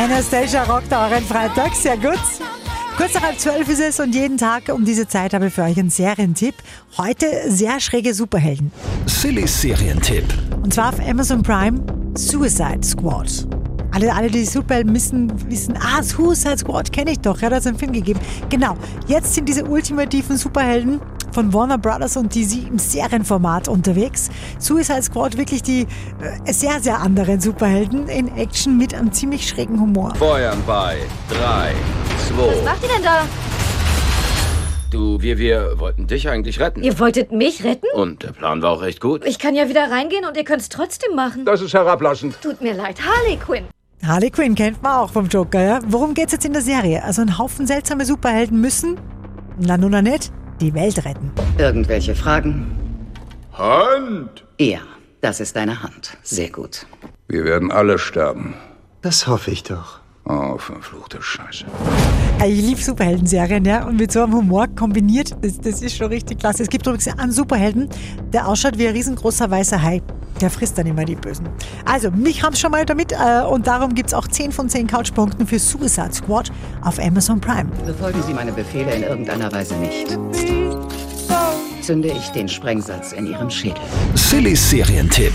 Anastasia rockt euren Freitag, sehr gut. Kurz nach halb zwölf ist es und jeden Tag um diese Zeit habe ich für euch einen Serientipp. Heute sehr schräge Superhelden. Silly Serientipp. Und zwar auf Amazon Prime Suicide Squad. Alle, alle die Superhelden wissen, wissen, ah, Suicide Squad kenne ich doch, ja, da hat es einen Film gegeben. Genau, jetzt sind diese ultimativen Superhelden von Warner Brothers und DC im Serienformat unterwegs. Suicide Squad wirklich die äh, sehr, sehr anderen Superhelden in Action mit einem ziemlich schrägen Humor. Feuern bei 3, 2. Macht ihr denn da? Du, wir, wir wollten dich eigentlich retten. Ihr wolltet mich retten? Und der Plan war auch recht gut. Ich kann ja wieder reingehen und ihr könnt's trotzdem machen. Das ist herablassend. Tut mir leid, Harley Quinn. Harley Quinn kennt man auch vom Joker, ja? Worum geht's jetzt in der Serie? Also ein Haufen seltsame Superhelden müssen, na nun, na nicht, die Welt retten. Irgendwelche Fragen? Hand! Ja, das ist deine Hand. Sehr gut. Wir werden alle sterben. Das hoffe ich doch. Oh, verfluchte Scheiße. Äh, Ich liebe Superhelden-Serien, ja, und mit so einem Humor kombiniert, das, das ist schon richtig klasse. Es gibt übrigens einen Superhelden, der ausschaut wie ein riesengroßer weißer Hai. Der frisst dann immer die Bösen. Also, mich haben's schon mal damit äh, und darum gibt's auch 10 von 10 Couchpunkten für Suicide Squad auf Amazon Prime. Befolgen Sie meine Befehle in irgendeiner Weise nicht. Zünde ich den Sprengsatz in Ihrem Schädel. Silly Serientipp.